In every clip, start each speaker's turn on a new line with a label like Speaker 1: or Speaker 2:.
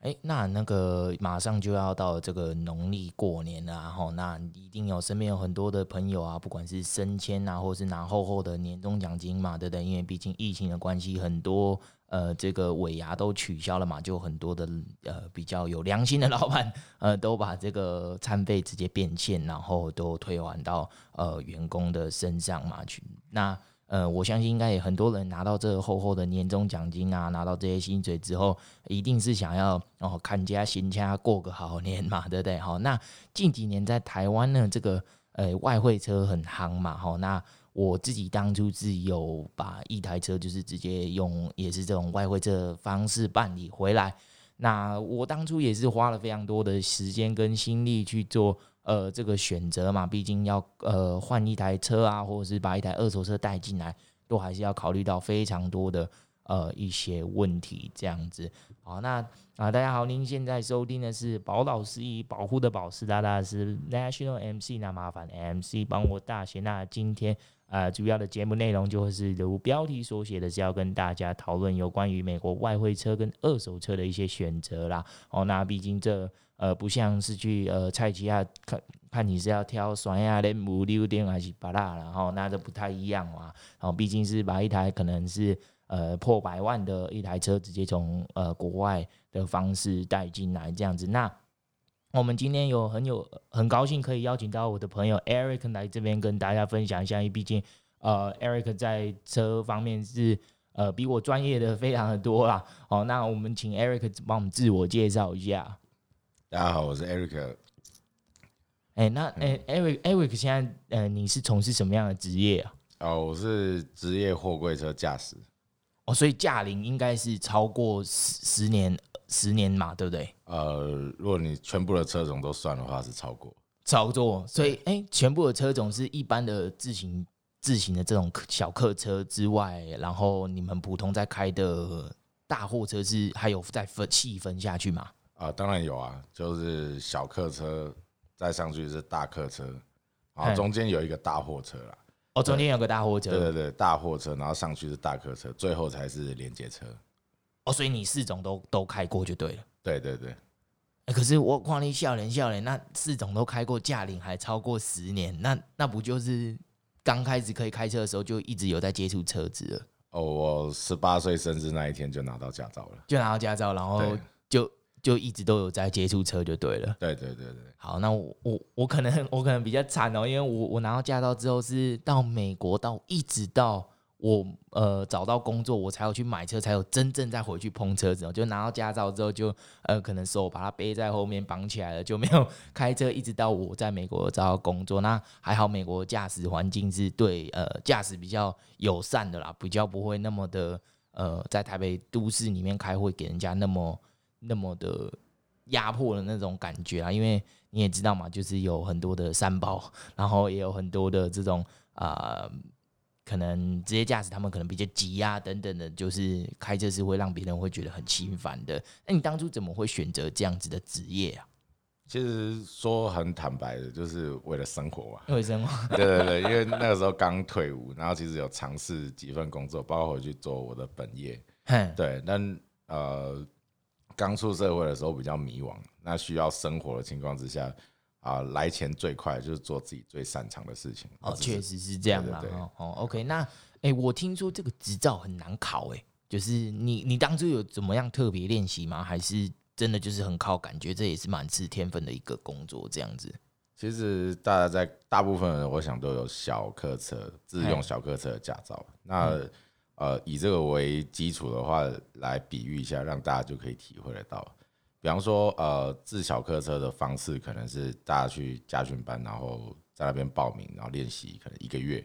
Speaker 1: 哎，那那个马上就要到这个农历过年了、啊，吼，那一定有身边有很多的朋友啊，不管是升迁啊，或是拿厚厚的年终奖金嘛，对不对？因为毕竟疫情的关系，很多呃这个尾牙都取消了嘛，就很多的呃比较有良心的老板，呃都把这个餐费直接变现，然后都退还到呃员工的身上嘛去。那呃，我相信应该也很多人拿到这厚厚的年终奖金啊，拿到这些薪水之后，一定是想要哦看家行家过个好年嘛， 对不对？好、哦，那近几年在台湾呢，这个呃外汇车很夯嘛，好、哦，那我自己当初是有把一台车就是直接用也是这种外汇车方式办理回来，那我当初也是花了非常多的时间跟心力去做。呃，这个选择嘛，毕竟要呃换一台车啊，或者是把一台二手车带进来，都还是要考虑到非常多的呃一些问题这样子。好，那啊、呃、大家好，您现在收听的是宝老师以保护的宝师大大师 National MC，那麻烦 MC 帮我大写。那今天呃主要的节目内容就会是如标题所写的是要跟大家讨论有关于美国外汇车跟二手车的一些选择啦。哦，那毕竟这。呃，不像是去呃菜奇亚看看你是要挑酸亚的五六点还是巴拉，然后那就不太一样嘛。然后毕竟是把一台可能是呃破百万的一台车直接从呃国外的方式带进来这样子。那我们今天有很有很高兴可以邀请到我的朋友 Eric 来这边跟大家分享一下，因为毕竟呃 Eric 在车方面是。呃，比我专业的非常的多啦。好，那我们请 Eric 帮我们自我介绍一下。
Speaker 2: 大家好，我是 Eric。
Speaker 1: 哎、欸，那哎、欸、，Eric，Eric，现在呃，你是从事什么样的职业啊？
Speaker 2: 哦，我是职业货柜车驾驶。
Speaker 1: 哦，所以驾龄应该是超过十十年，十年嘛，对不对？
Speaker 2: 呃，如果你全部的车种都算的话，是超过。
Speaker 1: 超过，所以哎、欸，全部的车种是一般的自行自行的这种小客车之外，然后你们普通在开的大货车是还有再分细分下去嘛？
Speaker 2: 啊、呃，当然有啊，就是小客车，再上去是大客车，然后中间有一个大货车啦。
Speaker 1: 哦，中间有个大货车。
Speaker 2: 对对对，大货车，然后上去是大客车，最后才是连接车。
Speaker 1: 哦，所以你四种都都开过就对了。
Speaker 2: 对对对。
Speaker 1: 欸、可是我光你笑脸笑脸，那四种都开过，驾龄还超过十年，那那不就是刚开始可以开车的时候就一直有在接触车子了？
Speaker 2: 哦，我十八岁生日那一天就拿到驾照了，
Speaker 1: 就拿到驾照，然后就。就一直都有在接触车就对了。
Speaker 2: 对对对对。
Speaker 1: 好，那我我我可能我可能比较惨哦，因为我我拿到驾照之后是到美国到一直到我呃找到工作我才有去买车，才有真正再回去碰车子哦。就拿到驾照之后就呃可能手把它背在后面绑起来了，就没有开车，一直到我在美国找到工作。那还好，美国驾驶环境是对呃驾驶比较友善的啦，比较不会那么的呃在台北都市里面开会给人家那么。那么的压迫的那种感觉啊，因为你也知道嘛，就是有很多的三包，然后也有很多的这种啊、呃，可能职业驾驶他们可能比较急啊等等的，就是开车是会让别人会觉得很心烦的。那你当初怎么会选择这样子的职业啊？
Speaker 2: 其实说很坦白的，就是为了生活嘛。
Speaker 1: 为生 活。
Speaker 2: 对对对，因为那个时候刚退伍，然后其实有尝试几份工作，包括回去做我的本业。 对，但呃。刚出社会的时候比较迷惘，那需要生活的情况之下，啊、呃，来钱最快就是做自己最擅长的事情。
Speaker 1: 哦，确实是这样啊。
Speaker 2: 对对对
Speaker 1: 哦，OK，那哎、欸，我听说这个执照很难考、欸，哎，就是你你当初有怎么样特别练习吗？还是真的就是很靠感觉？这也是蛮吃天分的一个工作，这样子。
Speaker 2: 其实大家在大部分人，我想都有小客车自用小客车的驾照。那、嗯呃，以这个为基础的话，来比喻一下，让大家就可以体会得到。比方说，呃，自小客车的方式可能是大家去家训班，然后在那边报名，然后练习可能一个月。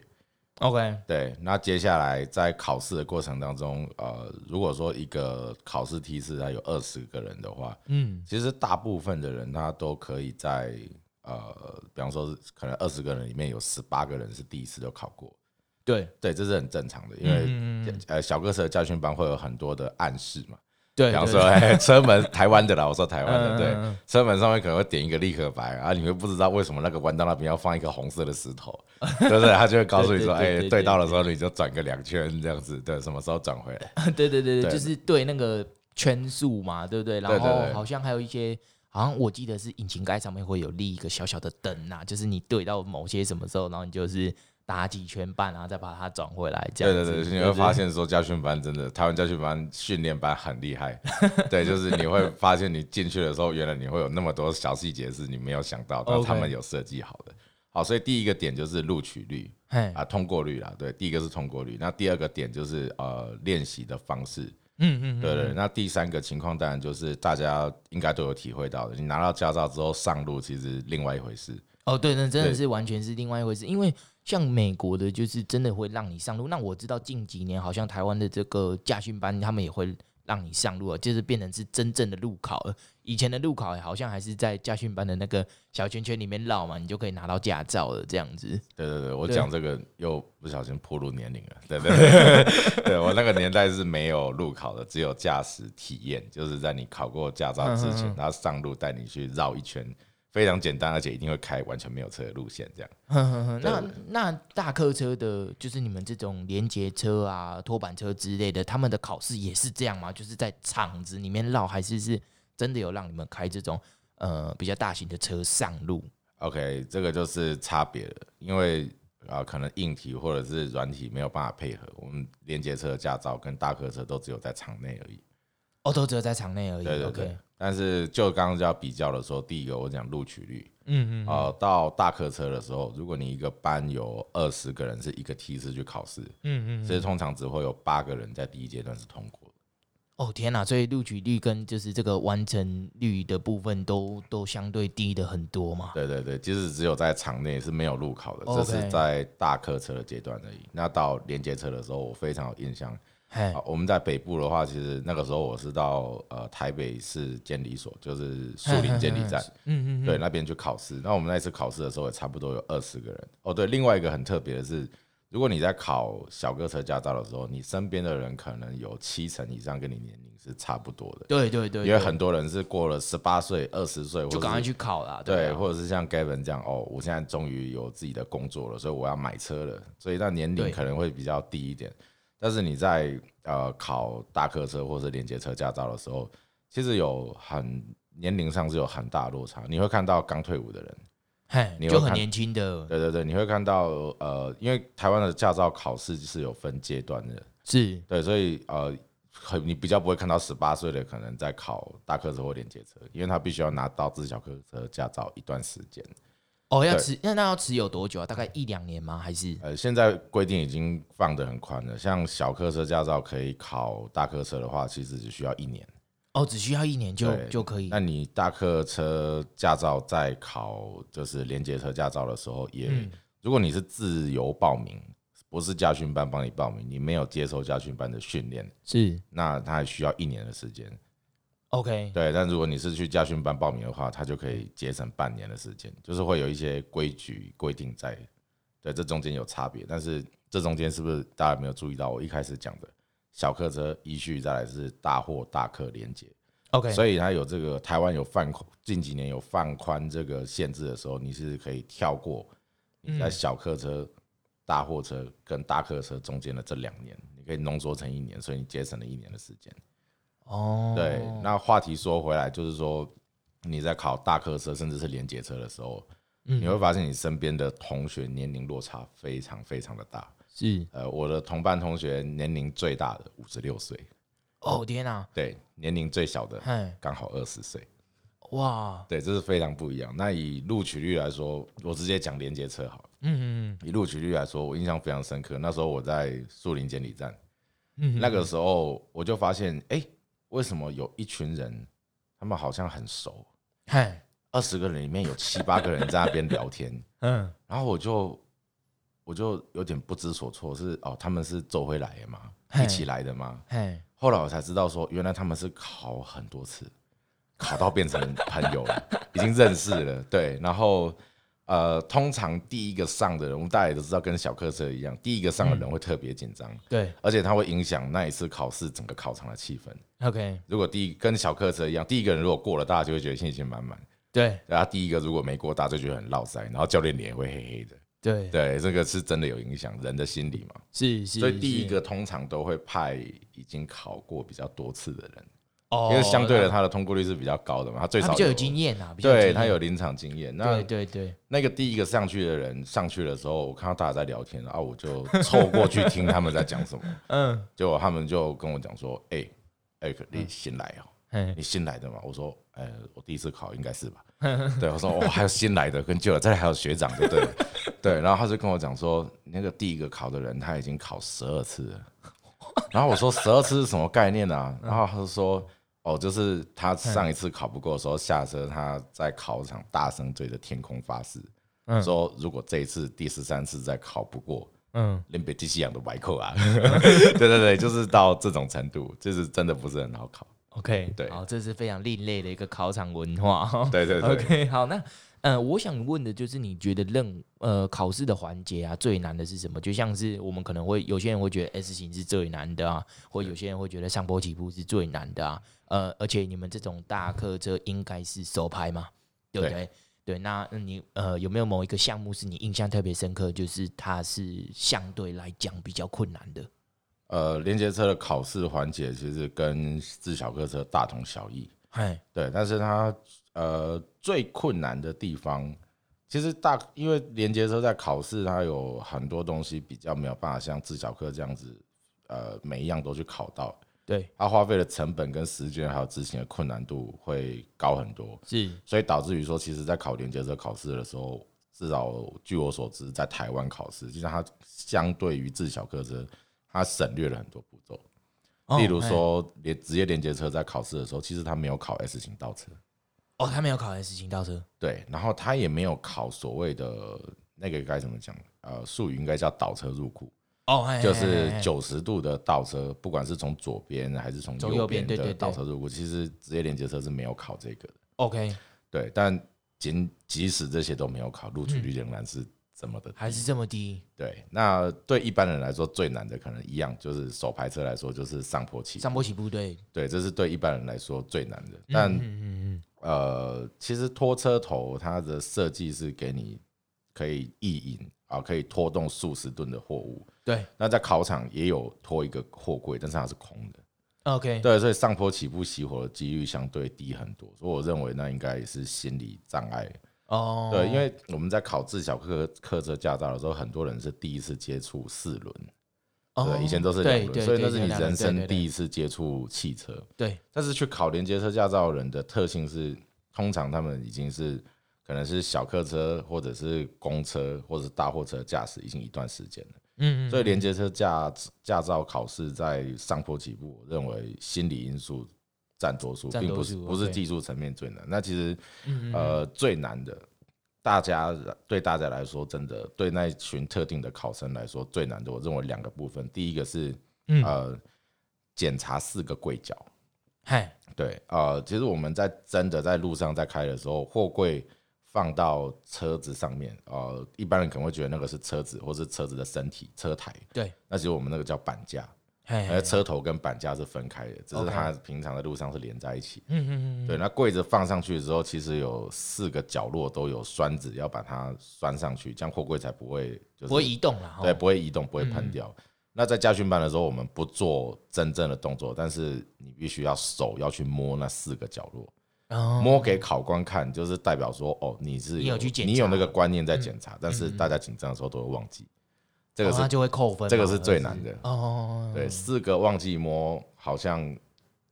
Speaker 1: OK，
Speaker 2: 对。那接下来在考试的过程当中，呃，如果说一个考试梯次它有二十个人的话，嗯，其实大部分的人他都可以在呃，比方说可能二十个人里面有十八个人是第一次就考过。
Speaker 1: 对
Speaker 2: 对，这是很正常的，因为、嗯、呃，小客车教训班会有很多的暗示嘛，
Speaker 1: 对，
Speaker 2: 比方说哎，车门台湾的啦，我说台湾的，对，嗯、车门上面可能会点一个立可白啊，你会不知道为什么那个弯道那边要放一个红色的石头，对不对？他就会告诉你说，哎，
Speaker 1: 嗯
Speaker 2: 对到的时候你就转个两圈这样子，对，什么时候转回来？
Speaker 1: 对对对对，就是对那个圈数嘛，对不对？
Speaker 2: 对
Speaker 1: 然
Speaker 2: 对
Speaker 1: 后
Speaker 2: 对
Speaker 1: 好像还有一些，好像我记得是引擎盖上面会有立一个小小的灯啊，就是你对到某些什么时候，然后你就是打几圈半，然后再把它转回来，这
Speaker 2: 对
Speaker 1: 样
Speaker 2: 对
Speaker 1: 子。
Speaker 2: 对，你会发现说家训班真的，台湾家训班训练班很厉害。对，就是你会发现你进去的时候，原来你会有那么多小细节是你没有想到，但
Speaker 1: OK
Speaker 2: 他们有设计好的。好，所以第一个点就是录取率
Speaker 1: 嘿，
Speaker 2: 啊，通过率啦。对，第一个是通过率，那第二个点就是呃练习的方式。
Speaker 1: 嗯嗯
Speaker 2: 对对，那第三个情况当然就是大家应该都有体会到的，你拿到驾照之后上路其实另外一回事。
Speaker 1: 哦，对，那真的
Speaker 2: 对
Speaker 1: 是完全是另外一回事。因为像美国的，就是真的会让你上路。那我知道近几年好像台湾的这个驾训班，他们也会让你上路了，就是变成是真正的路考了。以前的路考好像还是在驾训班的那个小圈圈里面绕嘛，你就可以拿到驾照了，这样子。
Speaker 2: 对对对，我
Speaker 1: 对
Speaker 2: 讲这个又不小心暴露年龄了。对对对，对 我那个年代是没有路考的，只有驾驶体验，就是在你考过驾照之前，他上路带你去绕一圈，非常简单，而且一定会开完全没有车的路线这样。
Speaker 1: 哼哼哼，
Speaker 2: 对
Speaker 1: 嗯那那大客车的，就是你们这种连接车啊、拖板车之类的，他们的考试也是这样吗？就是在厂子里面绕，还是是真的有让你们开这种呃比较大型的车上路？
Speaker 2: OK，这个就是差别了，因为啊、可能硬体或者是软体没有办法配合，我们连接车的驾照跟大客车都只有在场内而已。
Speaker 1: 哦，都只有在场内而已。
Speaker 2: 对对
Speaker 1: OK
Speaker 2: 对。但是就刚刚就要比较的时候，第一个我讲录取率，
Speaker 1: 嗯嗯，
Speaker 2: 呃，到大客车的时候，如果你一个班有二十个人是一个梯次去考试，
Speaker 1: 嗯
Speaker 2: 所以通常只会有八个人在第一阶段是通过的。
Speaker 1: 哦天哪、所以录取率跟就是这个完成率的部分都都相对低的很多嘛。
Speaker 2: 对对对，其实只有在场内是没有路考的，这
Speaker 1: OK
Speaker 2: 是在大客车的阶段而已。那到连接车的时候，我非常有印象。
Speaker 1: 嘿
Speaker 2: 啊，我们在北部的话，其实那个时候我是到呃台北市监理所，就是树 林监理站，
Speaker 1: 嗯嗯
Speaker 2: 对那边去考试。那我们那次考试的时候，也差不多有二十个人。哦，对，另外一个很特别的是，如果你在考小客车驾照的时候，你身边的人可能有七成以上跟你年龄是差不多的，
Speaker 1: 对对对，
Speaker 2: 因为
Speaker 1: 对
Speaker 2: 很多人是过了十八岁、二十岁，
Speaker 1: 就
Speaker 2: 或
Speaker 1: 赶快
Speaker 2: 是
Speaker 1: 去考啦。
Speaker 2: 对，
Speaker 1: 啊
Speaker 2: 或者是像 Gavin 这样，哦，我现在终于有自己的工作了，所以我要买车了，所以那年
Speaker 1: 对
Speaker 2: 龄可能会比较低一点。但是你在呃考大客车或是连接车驾照的时候，其实有很年龄上是有很大的落差，你会看到刚退伍的人，
Speaker 1: 嘿，
Speaker 2: 你
Speaker 1: 就
Speaker 2: 会
Speaker 1: 很
Speaker 2: 看
Speaker 1: 年轻的，
Speaker 2: 对对对，你会看到呃，因为台湾的驾照考试是有分阶段的，
Speaker 1: 是
Speaker 2: 对，所以呃，很你比较不会看到十八岁的可能在考大客车或连接车，因为他必须要拿到自小客车驾照一段时间。
Speaker 1: 哦，要
Speaker 2: 对
Speaker 1: 持那那要持有多久啊？大概一两年吗？还是
Speaker 2: 呃，现在规定已经放得很宽了，像小客车驾照可以考大客车的话，其实只需要一年。
Speaker 1: 哦，只需要一年就
Speaker 2: 对
Speaker 1: 就可以
Speaker 2: 那？你大客车驾照在考就是连接车驾照的时候也，如果你是自由报名，不是驾训班帮你报名，你没有接受驾训班的训练，
Speaker 1: 是
Speaker 2: 那它还需要一年的时间。
Speaker 1: OK，
Speaker 2: 对，但如果你是去驾训班报名的话，它就可以节省半年的时间，就是会有一些规矩规定在。对，这中间有差别，但是这中间是不是大家没有注意到？我一开始讲的小客车依序，再来是大货大客连接，
Speaker 1: OK，
Speaker 2: 所以它有这个台湾有放宽，近几年有放宽这个限制的时候，你是可以跳过你在小客车、大货车跟大客车中间的这两年，你可以浓缩成一年，所以你节省了一年的时间。
Speaker 1: 哦，
Speaker 2: 对，那话题说回来，就是说你在考大客车甚至是连接车的时候，
Speaker 1: 嗯
Speaker 2: 你会发现你身边的同学年龄落差非常非常的大。
Speaker 1: 是
Speaker 2: 呃，我的同班同学年龄最大的五十六岁，
Speaker 1: 哦天哪，
Speaker 2: 对，年龄最小的
Speaker 1: 嘿
Speaker 2: 刚好二十岁，
Speaker 1: 哇，
Speaker 2: 对，这是非常不一样。那以录取率来说，我直接讲连接车好了。
Speaker 1: 嗯嗯
Speaker 2: 以录取率来说，我印象非常深刻。那时候我在树林监理站，
Speaker 1: 嗯
Speaker 2: 那个时候我就发现，哎、为什么有一群人，他们好像很熟，
Speaker 1: 嗯，嘿，
Speaker 2: 二十个人里面有七八个人在那边聊天，
Speaker 1: 嗯，
Speaker 2: 然后我就我就有点不知所措，是哦，他们是走回来的吗？
Speaker 1: 嘿
Speaker 2: 一起来的吗？
Speaker 1: 嘿，
Speaker 2: 后来我才知道说，原来他们是考很多次，考到变成朋友了，已经认识了。对，然后呃，通常第一个上的人，我们大家也都知道，跟小客车一样，第一个上的人会特别紧张，
Speaker 1: 对
Speaker 2: 而且它会影响那一次考试整个考场的气氛。
Speaker 1: ，OK，
Speaker 2: 如果第一跟小客车一样，第一个人如果过了，大家就会觉得信心满满。
Speaker 1: 对
Speaker 2: 然后啊第一个如果没过，大家就觉得很落塞，然后教练脸也会黑黑的。
Speaker 1: 对
Speaker 2: 对，这个是真的有影响人的心理嘛。
Speaker 1: 是是，
Speaker 2: 所以第一
Speaker 1: 是
Speaker 2: 个通常都会派已经考过比较多次的人。
Speaker 1: 哦，
Speaker 2: 因为相对的他的通过率是比较高的嘛，他最
Speaker 1: 他
Speaker 2: 少
Speaker 1: 比较有经，验啊，比较有
Speaker 2: 对
Speaker 1: 经
Speaker 2: 他
Speaker 1: 验
Speaker 2: 有临场经验。那
Speaker 1: 对对对，
Speaker 2: 那个第一个上去的人上去的时候，我看到大家在聊天，然后我就凑过去听他们在讲什么，
Speaker 1: 嗯，
Speaker 2: 结果他们就跟我讲说：“哎、艾克，你新来哦、
Speaker 1: 嘿
Speaker 2: 你新来的嘛？”我说：“呃，我第一次考，应该是吧？”对，我说：“哦，还有新来的跟旧的，再来还有学长，对不对？”对，然后他就跟我讲说，那个第一个考的人他已经考十二次了。然后我说十二次是什么概念啊？然后他就说哦，就是他上一次考不过的时候下车，他在考场大声对着天空发誓，说如果这一次第十三次再考不过，
Speaker 1: 嗯，
Speaker 2: 连北极西洋都白扣啊！对对对，就是到这种程度，就是真的不是很好考。
Speaker 1: OK，
Speaker 2: 对
Speaker 1: 好，这是非常另类的一个考场文化。
Speaker 2: 对对对
Speaker 1: OK，好， 那呃，我想问的就是，你觉得任呃考试的环节啊，最难的是什么？就像是我们可能会有些人会觉得 S 型是最难的啊，或有些人会觉得上坡起步是最难的啊。呃，而且你们这种大客车应该是手排嘛，对不对？
Speaker 2: 对
Speaker 1: 对，那那你呃有没有某一个项目是你印象特别深刻，就是它是相对来讲比较困难的？
Speaker 2: 呃，连接车的考试环节其实跟自小客车大同小异，
Speaker 1: 嗨，
Speaker 2: 对，但是它呃最困难的地方，其实大因为连接车在考试，它有很多东西比较没有办法像自小课这样子，呃，每一样都去考到，
Speaker 1: 对，
Speaker 2: 它花费的成本跟时间还有执行的困难度会高很多，
Speaker 1: 是，
Speaker 2: 所以导致于说，其实在考连接车考试的时候，至少据我所知，在台湾考试，其实它相对于自小客车，它省略了很多步骤。
Speaker 1: 哦
Speaker 2: 例如
Speaker 1: 嗨
Speaker 2: 说，连职业连接车在考试的时候，其实它没有考 S 型倒车，
Speaker 1: 哦，他没有考 S 型倒车，
Speaker 2: 对，然后他也没有考所谓的那个该怎么讲，呃，术语应该叫倒车入库，
Speaker 1: 哦，嘿
Speaker 2: 就
Speaker 1: 嘿
Speaker 2: 是
Speaker 1: 嘿嘿
Speaker 2: 九十度的倒车，不管是从左边还是从
Speaker 1: 从右
Speaker 2: 右
Speaker 1: 边
Speaker 2: 边
Speaker 1: 对对
Speaker 2: 的
Speaker 1: 对
Speaker 2: 倒车入库，其实职业连接车是没有考这个的，
Speaker 1: OK，
Speaker 2: 对，但仅即使这些都没有考，录取
Speaker 1: 嗯
Speaker 2: 率仍然是这么的低
Speaker 1: 还是这么低
Speaker 2: 对。那对一般人来说最难的可能一样，就是手排车来说就是上坡起步，
Speaker 1: 上坡起步对，
Speaker 2: 对，这是对一般人来说最难的，但
Speaker 1: 嗯嗯
Speaker 2: 呃，其实拖车头它的设计是给你可以意引啊，可以拖动数十吨的货物。
Speaker 1: 对
Speaker 2: 那在考场也有拖一个货柜，但是它是空的。
Speaker 1: 哦，OK，
Speaker 2: 对，所以上坡起步熄火的几率相对低很多，所以我认为那应该也是心理障碍。
Speaker 1: 哦，
Speaker 2: 对，因为我们在考自小客客车驾照的时候，很多人是第一次接触四轮，
Speaker 1: 哦
Speaker 2: 对，以前都是
Speaker 1: 对
Speaker 2: 两轮，
Speaker 1: 对
Speaker 2: 所以那
Speaker 1: 对
Speaker 2: 是
Speaker 1: 对
Speaker 2: 你
Speaker 1: 两轮
Speaker 2: 人
Speaker 1: 对
Speaker 2: 生
Speaker 1: 对
Speaker 2: 第一次接触汽车。
Speaker 1: 对
Speaker 2: 但是去考连接车驾照的人的特性是，通常他们已经是可能是小客车或者是公车或者是大货车驾驶已经一段时间了，
Speaker 1: 嗯嗯
Speaker 2: 所以连接车驾驾照考试在上坡起步，我认为心理因素占多数，
Speaker 1: 占
Speaker 2: 并
Speaker 1: 多
Speaker 2: 不是
Speaker 1: 数
Speaker 2: 不是
Speaker 1: OK
Speaker 2: 技术层面最难。那其实
Speaker 1: 嗯嗯
Speaker 2: 呃最难的。大家对大家来说，真的对那一群特定的考生来说最难的，我认为两个部分。第一个是
Speaker 1: 嗯
Speaker 2: 呃检查四个柜角，
Speaker 1: 嗨
Speaker 2: 对，呃，其实我们在真的在路上在开的时候，货柜放到车子上面，呃，一般人可能会觉得那个是车子或是车子的身体车台，
Speaker 1: 对
Speaker 2: 那其实我们那个叫板架，
Speaker 1: 嗨，
Speaker 2: 而车头跟板架是分开的，只是
Speaker 1: OK
Speaker 2: 它平常在路上是连在一起。
Speaker 1: 嗯嗯嗯
Speaker 2: 对，那柜子放上去之后，其实有四个角落都有栓子，要把它栓上去，这样货柜才不会就是
Speaker 1: 嗯，不会移动了，
Speaker 2: 对，
Speaker 1: 哦
Speaker 2: 不会移动，不会喷掉。那在家训班的时候，我们不做真正的动作，但是你必须要手要去摸那四个角落，
Speaker 1: 哦
Speaker 2: 摸给考官看，就是代表说，哦，你是
Speaker 1: 你有去检查嗯
Speaker 2: 你有那个观念在检查，但是大家紧张的时候都会忘记，这个
Speaker 1: 哦
Speaker 2: 是、
Speaker 1: 那就会扣分嘛，
Speaker 2: 这个是最
Speaker 1: 合
Speaker 2: 难
Speaker 1: 适
Speaker 2: 的。
Speaker 1: 哦哦，哦
Speaker 2: 对，四个忘记摸，好像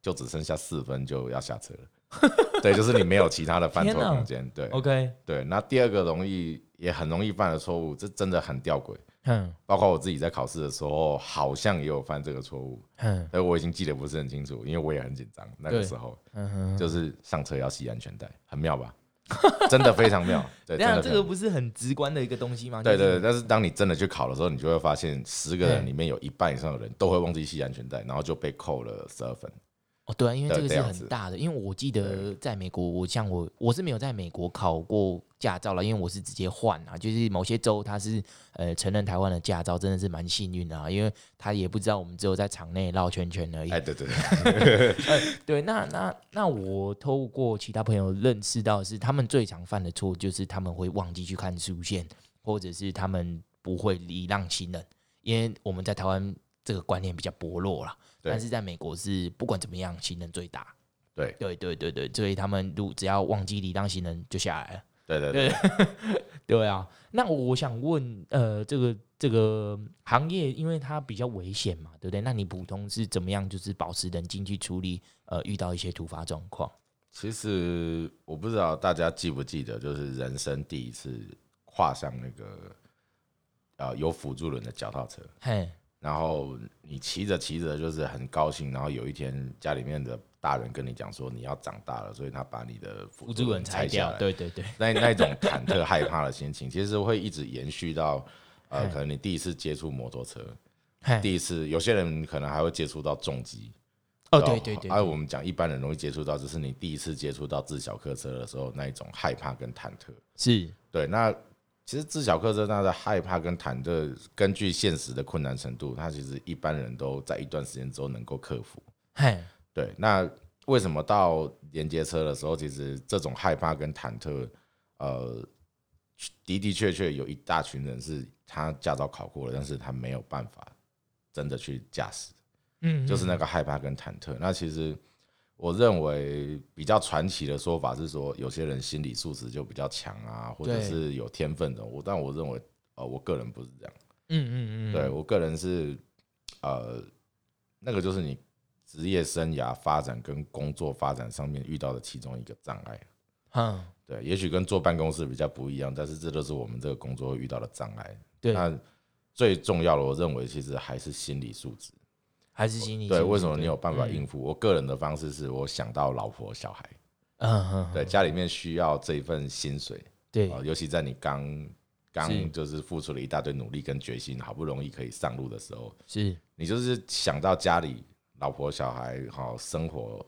Speaker 2: 就只剩下四分就要下车了。 对，就是你没有其他的犯错
Speaker 1: 天哪
Speaker 2: 空间。对
Speaker 1: 哦 OK，
Speaker 2: 对，那第二个容易也很容易犯的错误，这真的很吊诡。
Speaker 1: 嗯
Speaker 2: 包括我自己在考试的时候，好像也有犯这个错误，
Speaker 1: 嗯
Speaker 2: 但我已经记得不是很清楚，因为我也很紧张。那个
Speaker 1: 对
Speaker 2: 时候
Speaker 1: 嗯，
Speaker 2: 就是上车要系安全带，很妙吧？ 真的非常妙， 对，真
Speaker 1: 那这
Speaker 2: 的非
Speaker 1: 个
Speaker 2: 常妙。
Speaker 1: 不是很直观的一个东西吗？
Speaker 2: 对
Speaker 1: 就是
Speaker 2: 对对，但是当你真的去考的时候，你就会发现，十个人里面有一半以上的人都会忘记系安全带，然后就被扣了十二分。
Speaker 1: 哦，对啊，因为
Speaker 2: 的
Speaker 1: 这个
Speaker 2: 这
Speaker 1: 是
Speaker 2: 样
Speaker 1: 很
Speaker 2: 子
Speaker 1: 大的，因为我记得在美国，我像我我是没有在美国考过驾照了，因为我是直接换啊，就是某些州它是呃承认台湾的驾照，真的是蛮幸运的啊，因为他也不知道我们只有在场内绕圈圈而已。
Speaker 2: 哎，对对对，
Speaker 1: 对，那那那我透过其他朋友认识到的是，他们最常犯的错就是他们会忘记去看书线，或者是他们不会礼让行人，因为我们在台湾这个观念比较薄弱啦，
Speaker 2: 对
Speaker 1: 但是在美国是不管怎么样，行人最大。
Speaker 2: 对
Speaker 1: 对对对对，所以他们如只要忘记理当行人就下来了。
Speaker 2: 对对对，
Speaker 1: 对啊，那我我想问，呃，这个这个行业，因为它比较危险嘛，对不对？那你普通是怎么样，就是保持冷静去处理，呃，遇到一些突发状况？
Speaker 2: 其实我不知道大家记不记得，就是人生第一次跨上那个呃有辅助轮的脚踏车，
Speaker 1: 嘿，
Speaker 2: 然后你骑着骑着就是很高兴，然后有一天家里面的大人跟你讲说你要长大了，所以他把你的辅
Speaker 1: 辅助
Speaker 2: 轮
Speaker 1: 人拆
Speaker 2: 下
Speaker 1: 掉，
Speaker 2: 来，
Speaker 1: 对对对，
Speaker 2: 那那种忐忑害怕的心情，其实会一直延续到呃，
Speaker 1: 嗨
Speaker 2: 可能你第一次接触摩托车，
Speaker 1: 嘿，
Speaker 2: 第一次有些人可能还会接触到重机。
Speaker 1: 哦，
Speaker 2: 然后
Speaker 1: 对对对，
Speaker 2: 而
Speaker 1: 对
Speaker 2: 我们讲一般人容易接触到，只是你第一次接触到自小客车的时候那一种害怕跟忐忑。
Speaker 1: 是，
Speaker 2: 对，那其实自小客车那的害怕跟忐忑，根据现实的困难程度，它其实一般人都在一段时间之后能够克服。
Speaker 1: 嘿，
Speaker 2: 对，那为什么到连接车的时候，其实这种害怕跟忐忑，呃，的的确确有一大群人是他驾照考过了，但是他没有办法真的去驾驶，
Speaker 1: 嗯，
Speaker 2: 就是那
Speaker 1: 嗯
Speaker 2: 个害怕跟忐忑。那其实我认为比较传奇的说法是说，有些人心理素质就比较强啊，或者
Speaker 1: 对
Speaker 2: 是有天分的。我但我认为，呃，我个人不是这样。
Speaker 1: 嗯嗯嗯，
Speaker 2: 对我个人是，呃，那个就是你职业生涯发展跟工作发展上面遇到的其中一个障碍。
Speaker 1: 嗯，
Speaker 2: 对，也许跟坐办公室比较不一样，但是这都是我们这个工作会遇到的障碍。
Speaker 1: 对，
Speaker 2: 那最重要的，我认为其实还是心理素质。
Speaker 1: 还是心理
Speaker 2: 对，
Speaker 1: 素质
Speaker 2: 为什么你有办法
Speaker 1: 嗯
Speaker 2: 应付？我个人的方式是我想到老婆、小孩，
Speaker 1: 嗯嗯，
Speaker 2: 对，家里面需要这一份薪水，
Speaker 1: 对
Speaker 2: 呃，尤其在你刚
Speaker 1: 是
Speaker 2: 刚就是付出了一大堆努力跟决心，好不容易可以上路的时候，
Speaker 1: 是，
Speaker 2: 你就是想到家里老婆、小孩，好生活，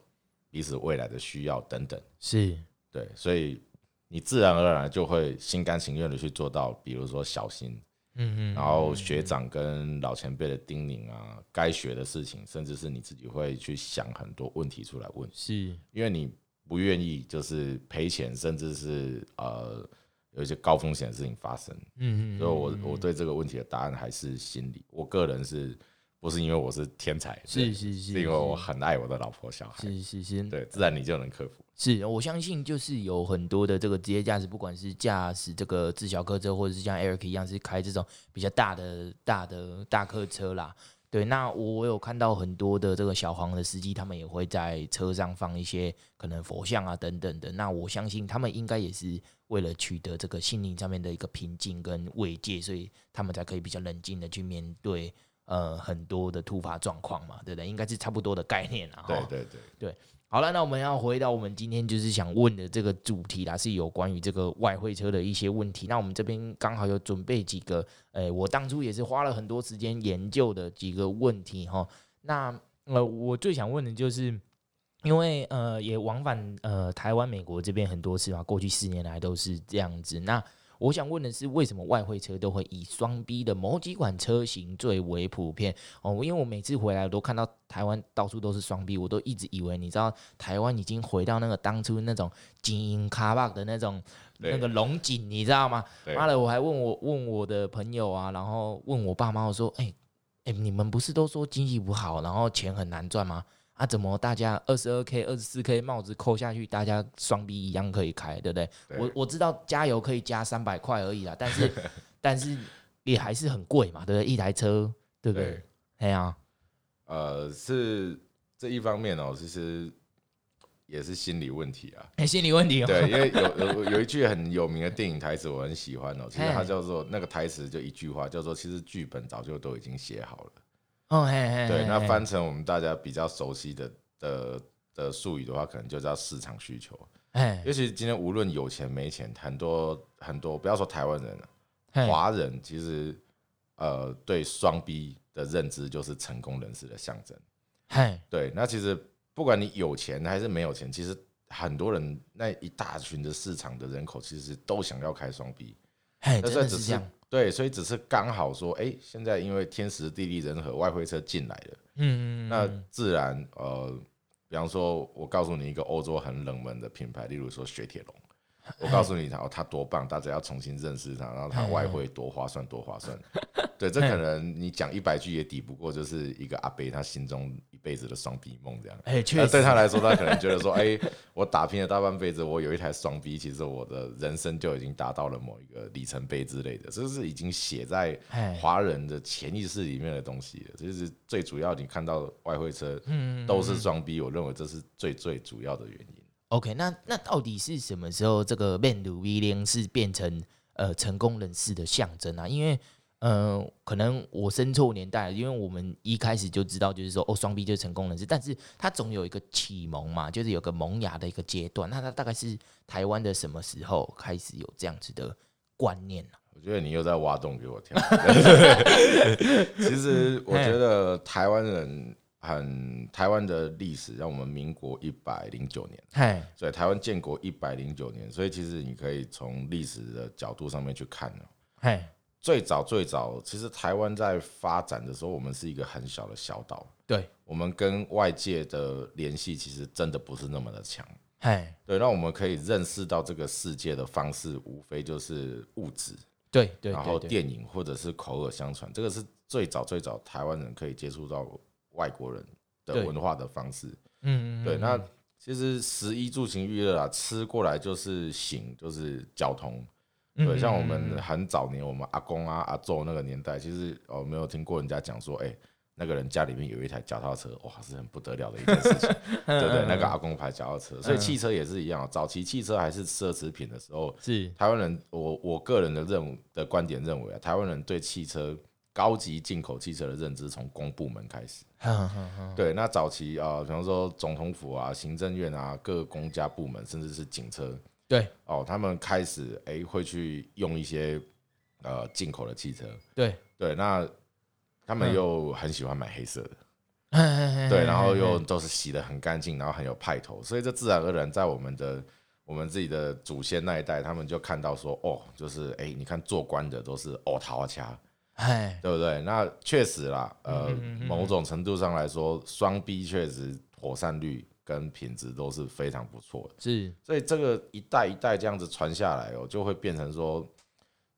Speaker 2: 彼此未来的需要等等，
Speaker 1: 是，
Speaker 2: 对，所以你自然而然就会心甘情愿的去做到，比如说小心，
Speaker 1: 嗯嗯，
Speaker 2: 然后学长跟老前辈的叮咛啊，该学的事情，甚至是你自己会去想很多问题出来问，
Speaker 1: 是，
Speaker 2: 因为你不愿意就是赔钱，甚至是呃有一些高风险的事情发生，
Speaker 1: 嗯嗯，
Speaker 2: 所以我
Speaker 1: 嗯
Speaker 2: 我对这个问题的答案还是心理，我个人是不是因为我是天才，
Speaker 1: 是
Speaker 2: 对
Speaker 1: 是是，
Speaker 2: 是因为我
Speaker 1: 是
Speaker 2: 很爱我的老婆小孩，
Speaker 1: 是是是，
Speaker 2: 对，自然你就能克服。
Speaker 1: 是我相信，就是有很多的这个职业驾驶，不管是驾驶这个自小客车，或者是像 Eric 一样是开这种比较大的、大的大客车啦。对，那我我有看到很多的这个小黄的司机，他们也会在车上放一些可能佛像啊等等的。那我相信他们应该也是为了取得这个心灵上面的一个平静跟慰藉，所以他们才可以比较冷静的去面对呃很多的突发状况嘛，对不对？应该是差不多的概念啊。
Speaker 2: 对
Speaker 1: 齁
Speaker 2: 对对，
Speaker 1: 好了，那我们要回到我们今天就是想问的这个主题啦，是有关于这个外汇车的一些问题。那我们这边刚好有准备几个，呃，我当初也是花了很多时间研究的几个问题哈。那呃，我最想问的就是，因为呃也往返呃台湾、美国这边很多次嘛，过去四年来都是这样子。那我想问的是，为什么外汇车都会以双 B 的某几款车型最为普遍？哦，因为我每次回来，我都看到台湾到处都是双 B，我都一直以为你知道台湾已经回到那个当初那种金银卡巴的那种
Speaker 2: 对
Speaker 1: 那个龙井，你知道吗？
Speaker 2: 对
Speaker 1: 妈的，我还问我问我的朋友啊，然后问我爸妈，我说，哎、哎、你们不是都说经济不好，然后钱很难赚吗？啊，怎么大家二十二 k、二十四 k 帽子扣下去，大家双 B 一样可以开，对不对？
Speaker 2: 对
Speaker 1: 我我知道加油可以加三百块而已啦，但是 但是也还是很贵嘛，对不对？一台车，对不对
Speaker 2: 对？，
Speaker 1: 哎呀，
Speaker 2: 呃，是这一方面哦，其实也是心理问题啊。
Speaker 1: 哎，心理问题哦，
Speaker 2: 对，因为有有有一句很有名的电影台词，我很喜欢哦。其实它
Speaker 1: 嘿
Speaker 2: 叫做那个台词就一句话，叫做“其实剧本早就都已经写好了”。
Speaker 1: 哦，嘿嘿，
Speaker 2: 对，
Speaker 1: 嘿
Speaker 2: 那
Speaker 1: 嘿
Speaker 2: 翻成我们大家比较熟悉的的的术语的话，可能就叫市场需求。
Speaker 1: 哎
Speaker 2: 尤其今天无论有钱没钱，很多很多不要说台湾人了、
Speaker 1: 嘿
Speaker 2: 华人其实呃对双 B 的认知就是成功人士的象征。
Speaker 1: 嘿，
Speaker 2: 对，那其实不管你有钱还是没有钱，其实很多人那一大群的市场的人口其实都想要开双 B，
Speaker 1: 嘿，
Speaker 2: 但
Speaker 1: 哎真
Speaker 2: 是
Speaker 1: 的
Speaker 2: 只
Speaker 1: 是这
Speaker 2: 是
Speaker 1: 样，
Speaker 2: 对，所以只是刚好说，哎、现在因为天时地利人和，外汇车进来了，
Speaker 1: 嗯，嗯嗯
Speaker 2: 那
Speaker 1: 嗯
Speaker 2: 自然呃，比方说我告诉你一个欧洲很冷门的品牌，例如说雪铁龙。我告诉你，它哦，它多棒，大家要重新认识它，然后
Speaker 1: 哎
Speaker 2: 它外汇多划 算，多划算。对，这可能你讲一百句也抵不过，就是一个阿贝他心中一辈子的双 B 梦这样。
Speaker 1: 哎，确
Speaker 2: 那呃对
Speaker 1: 实，
Speaker 2: 他来说，他可能觉得说，哎，我打拼了大半辈子，我有一台双 B，其实我的人生就已经达到了某一个里程碑之类的，这是已经写在
Speaker 1: 哎，
Speaker 2: 华人的潜意识里面的东西了。这是最主要，你看到外汇车，
Speaker 1: 嗯
Speaker 2: 都是双 B，我认为这是最最主要的原因。
Speaker 1: OK，那那到底是什么时候这个面乳 V 零是变成呃成功人士的象征啊？因为呃，可能我生错年代了，因为我们一开始就知道，就是说哦，双 B 就是成功人士，但是他总有一个启蒙嘛，就是有个萌芽的一个阶段。那他大概是台湾的什么时候开始有这样子的观念啊呢、
Speaker 2: 我觉得你又在挖洞给 我跳。其实我觉得台湾人很台湾的历史，让我们民国一百零九年。
Speaker 1: 嗨，
Speaker 2: 所以台湾建国一百零九年，所以其实你可以从历史的角度上面去看哦。
Speaker 1: 嗨，
Speaker 2: 最早最早，其实台湾在发展的时候，我们是一个很小的小岛，
Speaker 1: 对，
Speaker 2: 我们跟外界的联系其实真的不是那么的强。
Speaker 1: 嗨，
Speaker 2: 对，让我们可以认识到这个世界的方式，无非就是物质，
Speaker 1: 对对
Speaker 2: 然后
Speaker 1: 对对，
Speaker 2: 电影或者是口耳相传，这个是最早最早台湾人可以接触到外国人的
Speaker 1: 对
Speaker 2: 文化的方式。
Speaker 1: 嗯，嗯
Speaker 2: 对，
Speaker 1: 嗯
Speaker 2: 那其实食衣住行娱乐啊，吃过来就是行，就是交通。
Speaker 1: 嗯
Speaker 2: 对，
Speaker 1: 嗯
Speaker 2: 像我
Speaker 1: 嗯
Speaker 2: 们
Speaker 1: 嗯
Speaker 2: 很早年，我们阿公啊、阿昼那个年代，其实哦，没有听过人家讲说，哎、那个人家里面有一台脚踏车，哇，是很不得了的一件事 情，对
Speaker 1: 嗯
Speaker 2: 不对？那个阿公牌脚踏车，所以汽车也是一样，啊早期汽车还是奢侈品的时候，
Speaker 1: 是
Speaker 2: 台湾人，我我个人的认的观点认为啊，台湾人对汽车高级进口汽车的认知从公部门开始。
Speaker 1: 哼 哼哼
Speaker 2: 对，那早期啊、呃比方说总统府啊、行政院啊、各个公家部门，甚至是警车
Speaker 1: 对
Speaker 2: 哦，他们开始哎、诶会去用一些呃进口的汽车。
Speaker 1: 对，
Speaker 2: 对，那他们
Speaker 1: 嗯
Speaker 2: 又很喜欢买黑色的，对，
Speaker 1: 对
Speaker 2: 然后又都是洗得很干净，然后很有派头，所以这自然而然在我们的我们自己的祖先那一代，他们就看到说，哦，就是哎、诶你看做官的都是哦桃花掐，
Speaker 1: 哎，
Speaker 2: 对不对？那确实啦，呃，
Speaker 1: 嗯嗯嗯嗯
Speaker 2: 某种程度上来说，双 B 确实妥善率跟品质都是非常不错的，
Speaker 1: 是，
Speaker 2: 所以这个一代一代这样子传下来哦，就会变成说，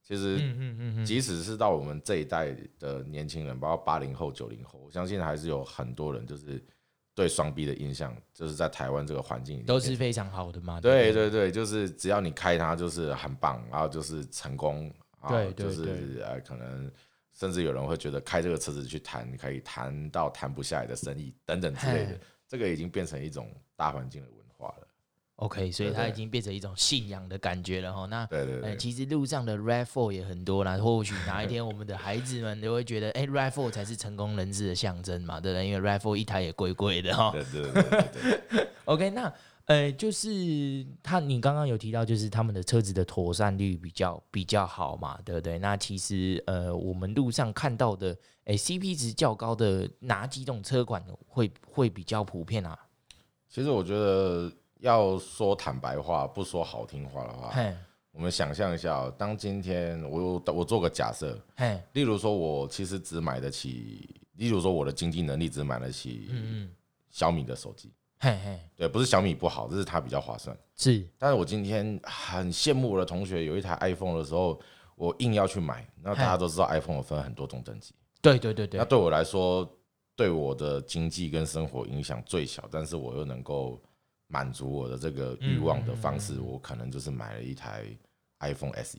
Speaker 2: 其实
Speaker 1: 嗯嗯嗯嗯，
Speaker 2: 即使是到我们这一代的年轻人，包括八零后、九零后，我相信还是有很多人就是对双 B 的印象，就是在台湾这个环境里面
Speaker 1: 都是非常好的嘛。
Speaker 2: 对
Speaker 1: 不对
Speaker 2: 对对，就是只要你开它就是很棒，然后就是成功，啊
Speaker 1: 对对
Speaker 2: 就是呃可能甚至有人会觉得开这个车子去谈，可以谈到谈不下来的生意等等之类的
Speaker 1: 嘿，
Speaker 2: 这个已经变成一种大环境的文化了。
Speaker 1: OK，所以
Speaker 2: 对
Speaker 1: 它
Speaker 2: 对
Speaker 1: 已经变成一种信仰的感觉了哈。那
Speaker 2: 对对
Speaker 1: 呃，
Speaker 2: 对，
Speaker 1: 其实路上的 raffle 也很多啦，或许哪一天我们的孩子们都会觉得，哎，raffle 才是成功人士的象征嘛，对不对？因为 raffle 一台也贵贵的哈。
Speaker 2: 对对对对 对。
Speaker 1: OK，那呃，就是他，你刚刚有提到，就是他们的车子的妥善率比较比较好嘛，对不对？那其实呃，我们路上看到的，哎，CP 值较高的哪几种车款会会比较普遍啊？
Speaker 2: 其实我觉得要说坦白话，不说好听话的话，
Speaker 1: 嘿，
Speaker 2: 我们想象一下、哦，当今天我我做个假设，
Speaker 1: 嘿，
Speaker 2: 例如说，我其实只买得起，例如说我的经济能力只买得起
Speaker 1: 嗯嗯，
Speaker 2: 小米的手机，
Speaker 1: 嘿嘿，
Speaker 2: 对，不是小米不好，这是它比较划算。
Speaker 1: 是，
Speaker 2: 但是我今天很羡慕我的同学有一台 iPhone 的时候，我硬要去买。那大家都知道 iPhone 有分很多种等级，
Speaker 1: 对对对对
Speaker 2: 那，对我来说，对我的经济跟生活影响最小，但是我又能够满足我的这个欲
Speaker 1: 嗯
Speaker 2: 望的方式，我可能就是买了一台 iPhone SE，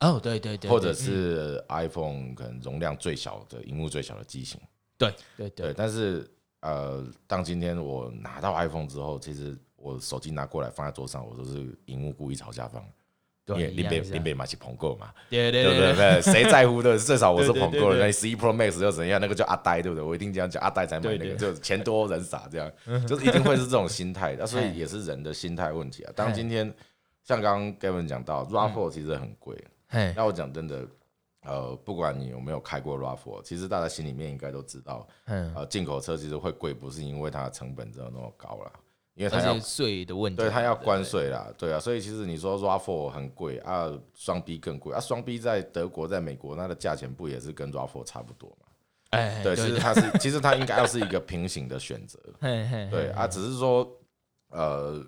Speaker 1: 哦，对对对，
Speaker 2: 或者
Speaker 1: 对嗯
Speaker 2: 是 iPhone 可能容量最小的、荧幕最小的机型。
Speaker 1: 对对
Speaker 2: 对，
Speaker 1: 对，
Speaker 2: 但是呃，当今天我拿到 iPhone 之后，其实我手机拿过来放在桌上，我都是荧幕故意朝下放，因为
Speaker 1: 一
Speaker 2: 林
Speaker 1: 样
Speaker 2: 北
Speaker 1: 是啊
Speaker 2: 林北买起捧购嘛。
Speaker 1: 对对
Speaker 2: 对不
Speaker 1: 对
Speaker 2: 对？
Speaker 1: 对，
Speaker 2: 对谁在乎的？至少我是
Speaker 1: 对
Speaker 2: 捧
Speaker 1: 对
Speaker 2: 够了。
Speaker 1: 对对
Speaker 2: 那十一 Pro Max 又怎样？那个叫阿呆，对不对？我一定这样讲，阿呆才买那
Speaker 1: 对嗯
Speaker 2: 个，
Speaker 1: 对
Speaker 2: 就是钱多人傻，这样就是一定会是这种心态。 那所
Speaker 1: 哎
Speaker 2: 以也是人的心态问题啊。当今天像刚刚 Gavin 讲到
Speaker 1: 嗯
Speaker 2: RAV4 其实很贵，
Speaker 1: 嘿，
Speaker 2: 那我讲真的，呃，不管你有没有开过 RAV4，其实大家心里面应该都知道，
Speaker 1: 嗯，
Speaker 2: 呃，进口车其实会贵，不是因为它的成本真的那么高啦，因为它
Speaker 1: 而
Speaker 2: 要
Speaker 1: 且税的问题，
Speaker 2: 对它要
Speaker 1: 不
Speaker 2: 关，税啦，对啊，所以其实你说 RAV4 很贵啊，双 B 更贵啊，双 B 在德国、在美国，它的价钱不也是跟 RAV4 差不多嘛？
Speaker 1: 哎，
Speaker 2: 对，其实它 是，其实它应该要是一个平行的选择，
Speaker 1: 嘿嘿，
Speaker 2: 对啊，只是说，呃，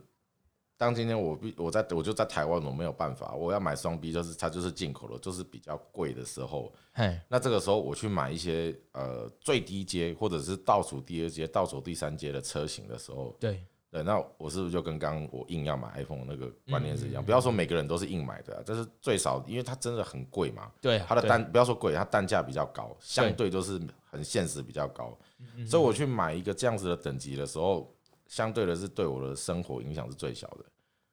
Speaker 2: 当今天我必我在我就在台湾，我没有办法，我要买双 B，就是它就是进口的，就是比较贵的时候，
Speaker 1: 嘿，
Speaker 2: 那这个时候我去买一些呃最低阶或者是倒数第二阶、倒数第三阶的车型的时候，
Speaker 1: 对，
Speaker 2: 对，那我是不是就跟刚刚我硬要买 iPhone 那个观念是一样？不要说每个人都是硬买的、啊，但是最少因为它真的很贵嘛，
Speaker 1: 对啊，
Speaker 2: 它的
Speaker 1: 对，
Speaker 2: 单不要说贵，它单价比较高，相对就是很现实比较高，所以我去买一个这样子的等级的时候，相对的是对我的生活影响是最小的。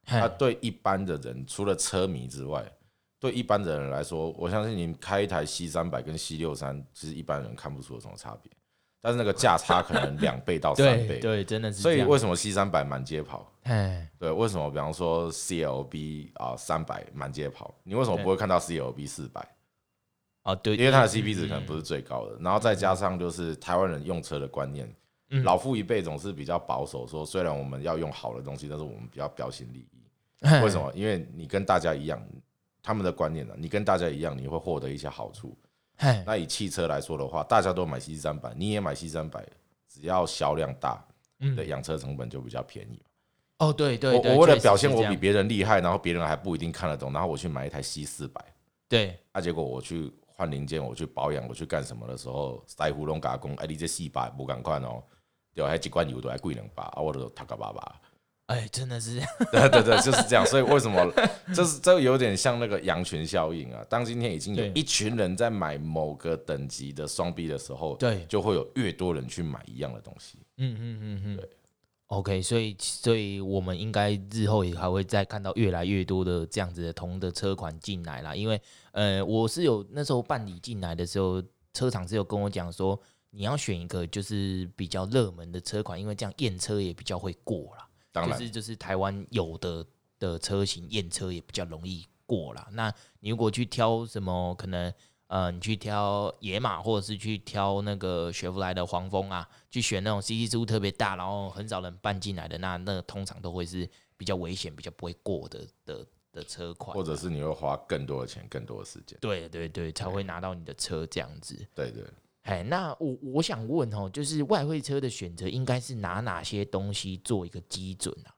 Speaker 2: 它
Speaker 1: 嘿，
Speaker 2: 啊对一般的人，除了车迷之外，对一般的人来说，我相信你开一台 C 三百跟 C 六三，其实一般人看不出有什么差别，但是那个价差可能两倍 到三
Speaker 1: 对
Speaker 2: 倍。
Speaker 1: 对，真的是
Speaker 2: 所
Speaker 1: 这
Speaker 2: 以
Speaker 1: 样，
Speaker 2: 为什么 C 三百满街跑？
Speaker 1: 嘿，
Speaker 2: 对，为什么比方说 CLB 啊三百满街跑，你为什么
Speaker 1: 对
Speaker 2: 不会看到 CLB 四百？
Speaker 1: 哦对，
Speaker 2: 因为它的
Speaker 1: 嗯
Speaker 2: CP 值可能不是最高的，然后再加上就是台湾人用车的观念，
Speaker 1: 嗯
Speaker 2: 老父一辈总是比较保守，说虽然我们要用好的东西，但是我们比较标新立异。
Speaker 1: 哎
Speaker 2: 为什么？因为你跟大家一样，他们的观念呢、啊你跟大家一样，你会获得一些好处。
Speaker 1: 嘿，
Speaker 2: 那以汽车来说的话，大家都买 C 三百，你也买 C 三百，只要销量大，
Speaker 1: 嗯
Speaker 2: 对，养车成本就比较便宜。
Speaker 1: 哦对对，
Speaker 2: 我
Speaker 1: 对
Speaker 2: 我为了
Speaker 1: 确实
Speaker 2: 表
Speaker 1: 是
Speaker 2: 现
Speaker 1: 这
Speaker 2: 我
Speaker 1: 样
Speaker 2: 比别人厉害，然后别人还不一定看得懂，然后我去买一台 C 四百。
Speaker 1: 对，
Speaker 2: 啊，结果我去换零件，我去保养，我去干什么的时候，师傅拢甲我讲，哎、你这四百无共款哦，对，还一罐油都还贵两百，啊，我都头壳爸爸。
Speaker 1: 哎，真的是这样，
Speaker 2: 对对对，就是这样。所以为什么这是这有点像那个羊群效应啊？当今天已经有
Speaker 1: 对
Speaker 2: 一群人在买某个等级的双 B 的时候，
Speaker 1: 对
Speaker 2: 就会有越多人去买一样的东西。
Speaker 1: 嗯嗯嗯嗯
Speaker 2: 对。
Speaker 1: OK，所以所以我们应该日后也还会再看到越来越多的这样子的同的车款进来啦，因为呃，我是有那时候办理进来的时候，车厂是有跟我讲说，你要选一个就是比较热门的车款，因为这样验车也比较会过啦。
Speaker 2: 当然，
Speaker 1: 就是就是台湾有的的车型验车也比较容易过啦。那你如果去挑什么，可能呃，你去挑野马，或者是去挑那个雪佛兰的黄蜂啊，去选那种 CC 数特别大，然后很少人办进来的，那那通常都会是比较危险、比较不会过的的的车款，
Speaker 2: 或者是你会花更多的钱，更多的时间。
Speaker 1: 对对对，才会拿到你的车这样子。
Speaker 2: 对对。
Speaker 1: 哎，那我我想问哦，就是外汇车的选择应该是拿哪些东西做一个基准啊？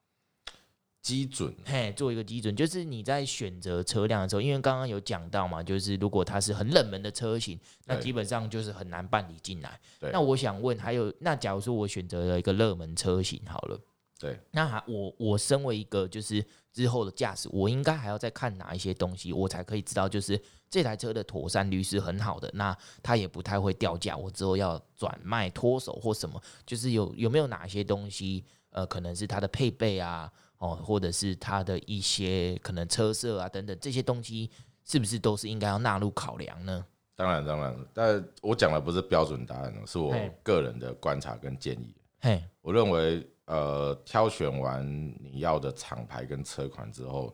Speaker 2: 基准
Speaker 1: 嘿，做一个基准，就是你在选择车辆的时候，因为刚刚有讲到嘛，就是如果它是很冷门的车型，那
Speaker 2: 对
Speaker 1: 基本上就是很难办理进来。
Speaker 2: 对
Speaker 1: 那我想问，还有那假如说我选择了一个热门车型好了，
Speaker 2: 对，
Speaker 1: 那还我我身为一个就是之后的驾驶，我应该还要再看哪一些东西，我才可以知道就是这台车的妥善率是很好的，那它也不太会掉价，我之后要转卖脱手或什么，就是有有没有哪些东西，呃，可能是它的配备啊，哦，或者是它的一些可能车色啊等等这些东西，是不是都是应该要纳入考量呢？
Speaker 2: 当然当然，但我讲的不是标准答案哦，是我
Speaker 1: 嘿
Speaker 2: 个人的观察跟建议。
Speaker 1: 嘿，
Speaker 2: 我认为，呃，挑选完你要的厂牌跟车款之后，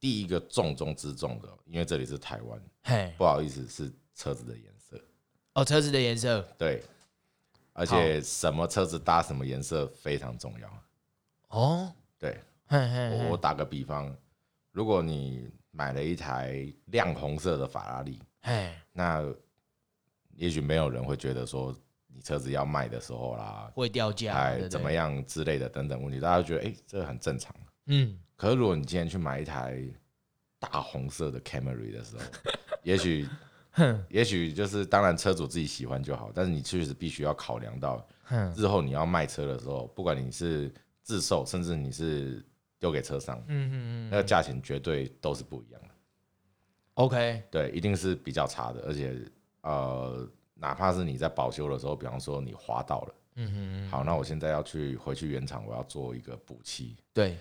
Speaker 2: 第一个重中之重的，因为这里是台湾，
Speaker 1: 嘿，
Speaker 2: 不好意思，是车子的颜色。
Speaker 1: 哦，车子的颜色，
Speaker 2: 对，而且什么车子搭什么颜色非常重要。
Speaker 1: 哦，
Speaker 2: 对
Speaker 1: 嘿嘿
Speaker 2: 我，
Speaker 1: 嘿
Speaker 2: 我打个比方，如果你买了一台亮红色的法拉利，
Speaker 1: 嘿，
Speaker 2: 那也许没有人会觉得说你车子要卖的时候啦，
Speaker 1: 会掉价，对
Speaker 2: 哎
Speaker 1: 不
Speaker 2: 怎
Speaker 1: 对
Speaker 2: 么？样之类的等等问题，大家觉得哎、这很正常。
Speaker 1: 嗯，
Speaker 2: 可是如果你今天去买一台大红色的 Camry 的时 候，也许，也许就是当然车主自己喜欢就好，但是你确实必须要考量到
Speaker 1: 哼，
Speaker 2: 日后你要卖车的时候，不管你是自售，甚至你是丢给车商，
Speaker 1: 嗯嗯嗯
Speaker 2: 那个价钱绝对都是不一样的。
Speaker 1: ，OK，
Speaker 2: 对，一定是比较差的，而且呃，哪怕是你在保修的时候，比方说你滑倒了，
Speaker 1: 嗯嗯嗯，
Speaker 2: 好，那我现在要去回去原厂，我要做一个补漆，
Speaker 1: 对，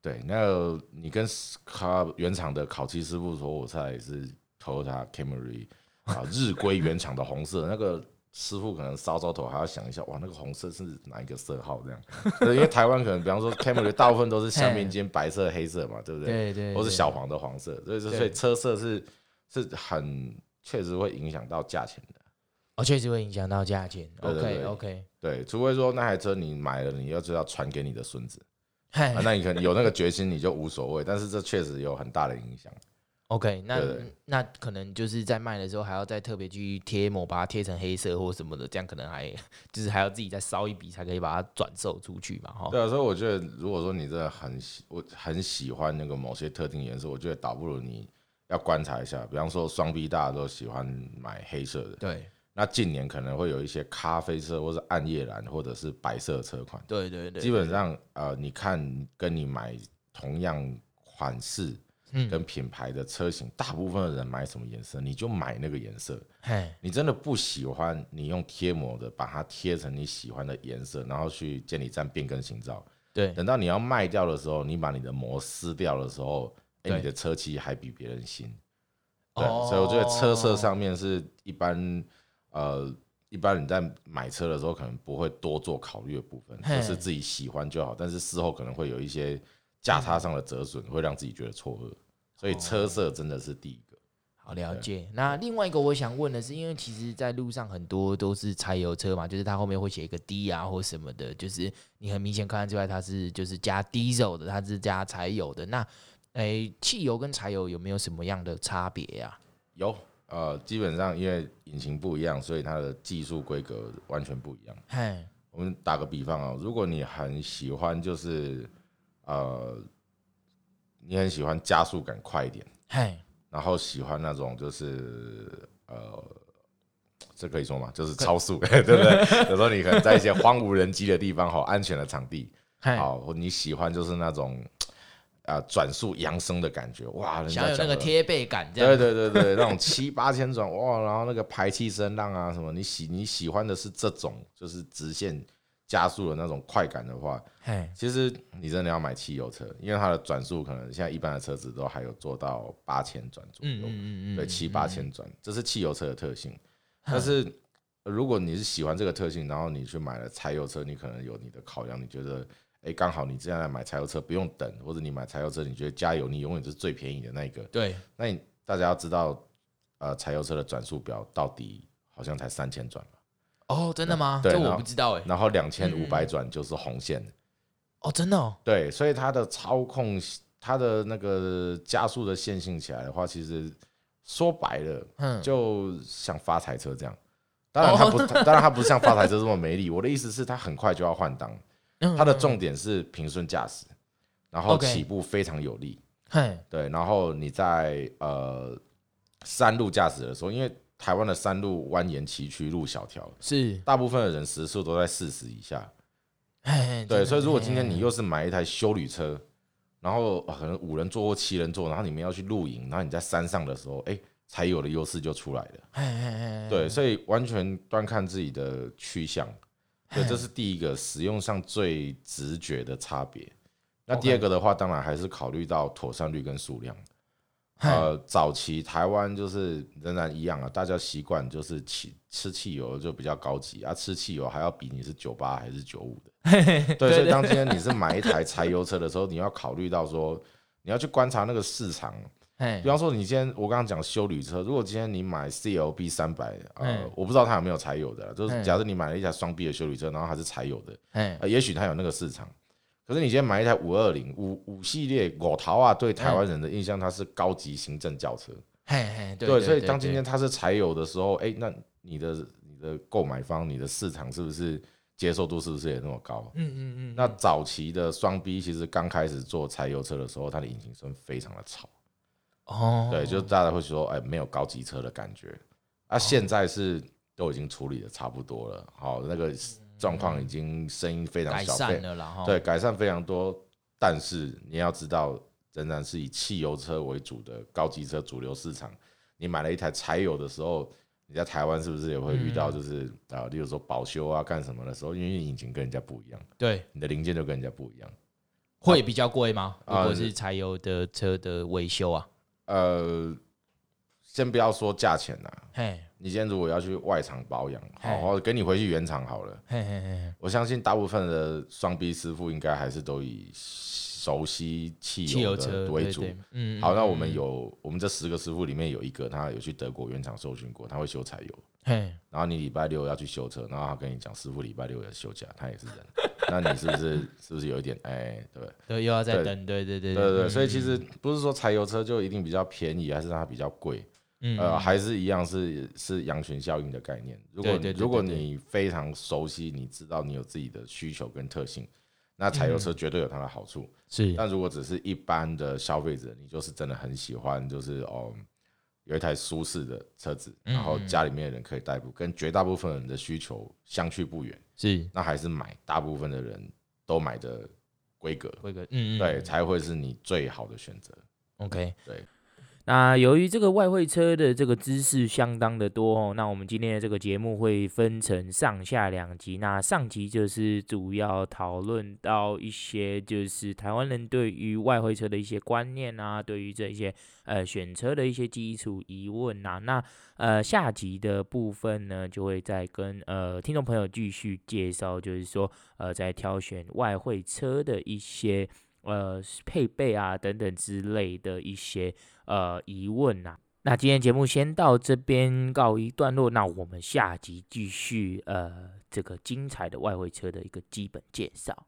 Speaker 2: 对，那你跟 s- 卡原厂的烤漆师傅说，我菜是 Toyota Camry 啊，日规原厂的红色，那个师傅可能烧烧头还要想一下，哇，那个红色是哪一个色号这样？对，因为台湾可能比方说 Camry 大部分都是下面间白色、黑色嘛，对不
Speaker 1: 对
Speaker 2: 对？
Speaker 1: 对，
Speaker 2: 都是
Speaker 1: 对
Speaker 2: 小，黄的黄色，所以
Speaker 1: 对
Speaker 2: 所以车色是是很确实会影响到价钱的。
Speaker 1: 哦，确实会影响到价钱。
Speaker 2: 对对
Speaker 1: OK
Speaker 2: 对
Speaker 1: OK，
Speaker 2: 对，除非说那台车你买了，你要知道传给你的孙子、
Speaker 1: 嘿
Speaker 2: 嗯啊，，那你可能有那个决心，你就无所谓。但是这确实有很大的影响。
Speaker 1: OK，那
Speaker 2: 对
Speaker 1: 那可能就是在卖的时候还要再特别去贴膜，把它贴成黑色或什么的，这样可能还 就是还要自己再烧一笔才可以把它转售出去嘛，哈。
Speaker 2: 对啊，所以我觉得，如果说你真的很喜，我很喜欢那个某些特定颜色，我觉得倒不如你要观察一下。比方说，双 B 大家都喜欢买黑色的，
Speaker 1: 对
Speaker 2: 那近年可能会有一些咖啡色，或是暗夜蓝，或者是白色的车款。
Speaker 1: 对对对，
Speaker 2: 基本上，呃，你看跟你买同样款式
Speaker 1: 嗯
Speaker 2: 跟品牌的车型，大部分的人买什么颜色，你就买那个颜色。
Speaker 1: 嘿，
Speaker 2: 你真的不喜欢，你用贴膜的把它贴成你喜欢的颜色，然后去监理站变更行照。
Speaker 1: 对
Speaker 2: 等到你要卖掉的时候，你把你的膜撕掉的时候，哎、
Speaker 1: 对
Speaker 2: 你的车漆还比别人新。对，所以我觉得车色
Speaker 1: 哦
Speaker 2: 上面是一般呃，一般人在买车的时候可能不会多做考虑的部分，
Speaker 1: 嘿
Speaker 2: 就是自己喜欢就好。但是事后可能会有一些价差上的折损，会让自己觉得错愕。所以
Speaker 1: 哦
Speaker 2: 车色真的是第一个。
Speaker 1: 好了解。那另外一个我想问的是，因为其实，在路上很多都是柴油车嘛，就是它后面会写一个 D 啊或什么的，就是你很明显看得出来它是就是加 diesel 的，它是加柴油的。那诶、汽油跟柴油有没有什么样的差别啊呀、
Speaker 2: 有呃，基本上因为引擎不一样，所以它的技术规格完全不一样。
Speaker 1: 嘿，
Speaker 2: 我们打个比方啊、如果你很喜欢，就是呃，你很喜欢加速感快一点，
Speaker 1: 嘿，
Speaker 2: 然后喜欢那种就是呃，这可以说吗？就是超速， 对不对？有时候你可能在一些荒无人迹的地方，好安全的场地，
Speaker 1: 嘿，
Speaker 2: 好或你喜欢就是那种啊转、速扬升的感觉，哇，人家
Speaker 1: 想要有那
Speaker 2: 讲
Speaker 1: 个
Speaker 2: 得
Speaker 1: 贴背感，这样
Speaker 2: 对对对对，那种七八千转哇，然后那个排气声浪啊什么，你喜你喜欢的是这种就是直线加速的那种快感的话，
Speaker 1: 嘿，
Speaker 2: 其实你真的要买汽油车，因为它的转速可能现在一般的车子都还有做到八千转左
Speaker 1: 嗯
Speaker 2: 右，
Speaker 1: 嗯嗯嗯，
Speaker 2: 对，
Speaker 1: 嗯
Speaker 2: 七八，千转，这是汽油车的特性。但是如果你是喜欢这个特性，然后你去买了柴油车，你可能有你的考量，你觉得。哎，刚好你现在买柴油车不用等，或者你买柴油车，你觉得加油你永远是最便宜的那一个，
Speaker 1: 对，
Speaker 2: 那你大家要知道，呃，柴油车的转速表到底好像才三千转吧，
Speaker 1: 哦，真的吗？
Speaker 2: 对
Speaker 1: 这
Speaker 2: 然
Speaker 1: 我
Speaker 2: 后
Speaker 1: 不知道哎，
Speaker 2: 然后两千
Speaker 1: 嗯
Speaker 2: 五百转就是红线，
Speaker 1: 哦，真的哦，
Speaker 2: 对，所以它的操控，它的那个加速的线性起来的话，其实说白了，
Speaker 1: 嗯，哦
Speaker 2: 就像发财车这样。当然它不， 当然它不像发财车这么没力。我的意思是，它很快就要换挡，
Speaker 1: 嗯
Speaker 2: 它的，重点是平顺驾驶，然后
Speaker 1: OK
Speaker 2: 起步非常有力。
Speaker 1: 嗯嘿，
Speaker 2: 对，然后你在呃山路驾驶的时候，因为台湾的山路蜿蜒崎岖，路小条，
Speaker 1: 是，
Speaker 2: 大部分的人时速都在四十以下。
Speaker 1: 嘿嘿，真
Speaker 2: 对，
Speaker 1: 的
Speaker 2: 所以如果
Speaker 1: 嘿
Speaker 2: 今天你
Speaker 1: 嘿
Speaker 2: 又是买一台修旅车，然后呃可能五人座或七人座，然后你们要去露营，然后你在山上的时候，哎，才有的优势就出来了。
Speaker 1: 嘿嘿嘿，
Speaker 2: 对，所以完全端看自己的趋向。对，这是第一个使用上最直觉的差别。那
Speaker 1: OK
Speaker 2: 第二个的话，当然还是考虑到妥善率跟数量。
Speaker 1: 嘿
Speaker 2: 呃，早期台湾就是仍然一样啊，大家习惯就是汽吃汽油就比较高级啊，吃汽油还要比你是九八还是九五的。对，所以当今天你是买一台柴油车的时候，你要考虑到说，你要去观察那个市场，
Speaker 1: 嘿
Speaker 2: 比，方说，你今天我刚刚讲修旅车，如果今天你买 CLB 三百，呃
Speaker 1: 嗯，
Speaker 2: 我不知道它有没有柴油的啦，就是
Speaker 1: 嗯
Speaker 2: 假设你买了一台双 B 的修旅车，然后它是柴油的，
Speaker 1: 嘿，
Speaker 2: 呃，也许它有那个市场。可是你今天买一台五二零五五系列狗桃啊，对台湾人的印象它是高级行政轿车，
Speaker 1: 嘿嘿，对
Speaker 2: 所以当今天它是柴油的时候，哎、那你的你的购买方、你的市场是不是接受度是不是也那么高？
Speaker 1: 嗯嗯嗯，
Speaker 2: 那早期的双 B 其实刚开始做柴油车的时候，它的引擎声非常的吵。
Speaker 1: 哦，
Speaker 2: 对，就大家会说，哎，没有高级车的感觉。啊，
Speaker 1: 哦
Speaker 2: 现在是都已经处理的差不多了，好，那个状况已经声音非常
Speaker 1: 嗯改
Speaker 2: 小，
Speaker 1: 善
Speaker 2: 非
Speaker 1: 了啦，哈，
Speaker 2: 对，改善非常多。但是你要知道，仍然是以汽油车为主的高级车主流市场。你买了一台柴油的时候，你在台湾是不是也会遇到，就是啊、例如说保修啊干什么的时候，因为引擎跟人家不一样，
Speaker 1: 对，
Speaker 2: 你的零件就跟人家不一样。
Speaker 1: 会比较贵吗？如
Speaker 2: 啊
Speaker 1: 果是柴油的车的维修啊，
Speaker 2: 呃，先不要说价钱啦、
Speaker 1: 嘿，
Speaker 2: 你今天如果要去外厂保养，
Speaker 1: 嘿
Speaker 2: 好，或者跟你回去原厂好了。
Speaker 1: 嘿嘿嘿，
Speaker 2: 我相信大部分的双 B 师傅应该还是都以熟悉汽
Speaker 1: 汽油
Speaker 2: 油
Speaker 1: 车
Speaker 2: 的
Speaker 1: 对
Speaker 2: 为主。
Speaker 1: 对嗯，
Speaker 2: 好，那
Speaker 1: 嗯
Speaker 2: 我们有我们这十个师傅里面有一个，他有去德国原厂受训过，他会修柴油。
Speaker 1: 嘿，
Speaker 2: 然后你礼拜六要去修车，然后他跟你讲师傅礼拜六也休假，他也是 人，那你是不是是不是有一点哎，对
Speaker 1: 对，又要再
Speaker 2: 对
Speaker 1: 等，对对对
Speaker 2: 对对对，
Speaker 1: 嗯
Speaker 2: 所以其实不是说柴油车就一定比较便宜，还是它比较贵，
Speaker 1: 嗯
Speaker 2: 呃，还是一样是是羊群效应的概念。如果
Speaker 1: 对
Speaker 2: 你
Speaker 1: 对对
Speaker 2: 如果
Speaker 1: 对对
Speaker 2: 你非常熟悉，你知道你有自己的需求跟特性，那柴油车绝对有它的好处。
Speaker 1: 是
Speaker 2: 但如果只是一般的消费者，你就是真的很喜欢，就是哦，有一台舒适的车子，
Speaker 1: 嗯
Speaker 2: 然后家里面的人可以代步，跟绝大部分人的需求相去不远，
Speaker 1: 是
Speaker 2: 那还是买大部分的人都买的规格，
Speaker 1: 规格，嗯嗯，
Speaker 2: 对，才会是你最好的选择。
Speaker 1: OK，
Speaker 2: 对。
Speaker 1: 那由于这个外汇车的这个知识相当的多哦，那我们今天的这个节目会分成上下两集。那上集就是主要讨论到一些就是台湾人对于外汇车的一些观念啊，对于这一些呃选车的一些基础疑问啊。那呃下集的部分呢，就会再跟呃听众朋友继续介绍，就是说呃在挑选外汇车的一些呃配备啊等等之类的一些呃疑问啊。那今天节目先到这边告一段落，那我们下集继续呃这个精彩的外汇车的一个基本介绍。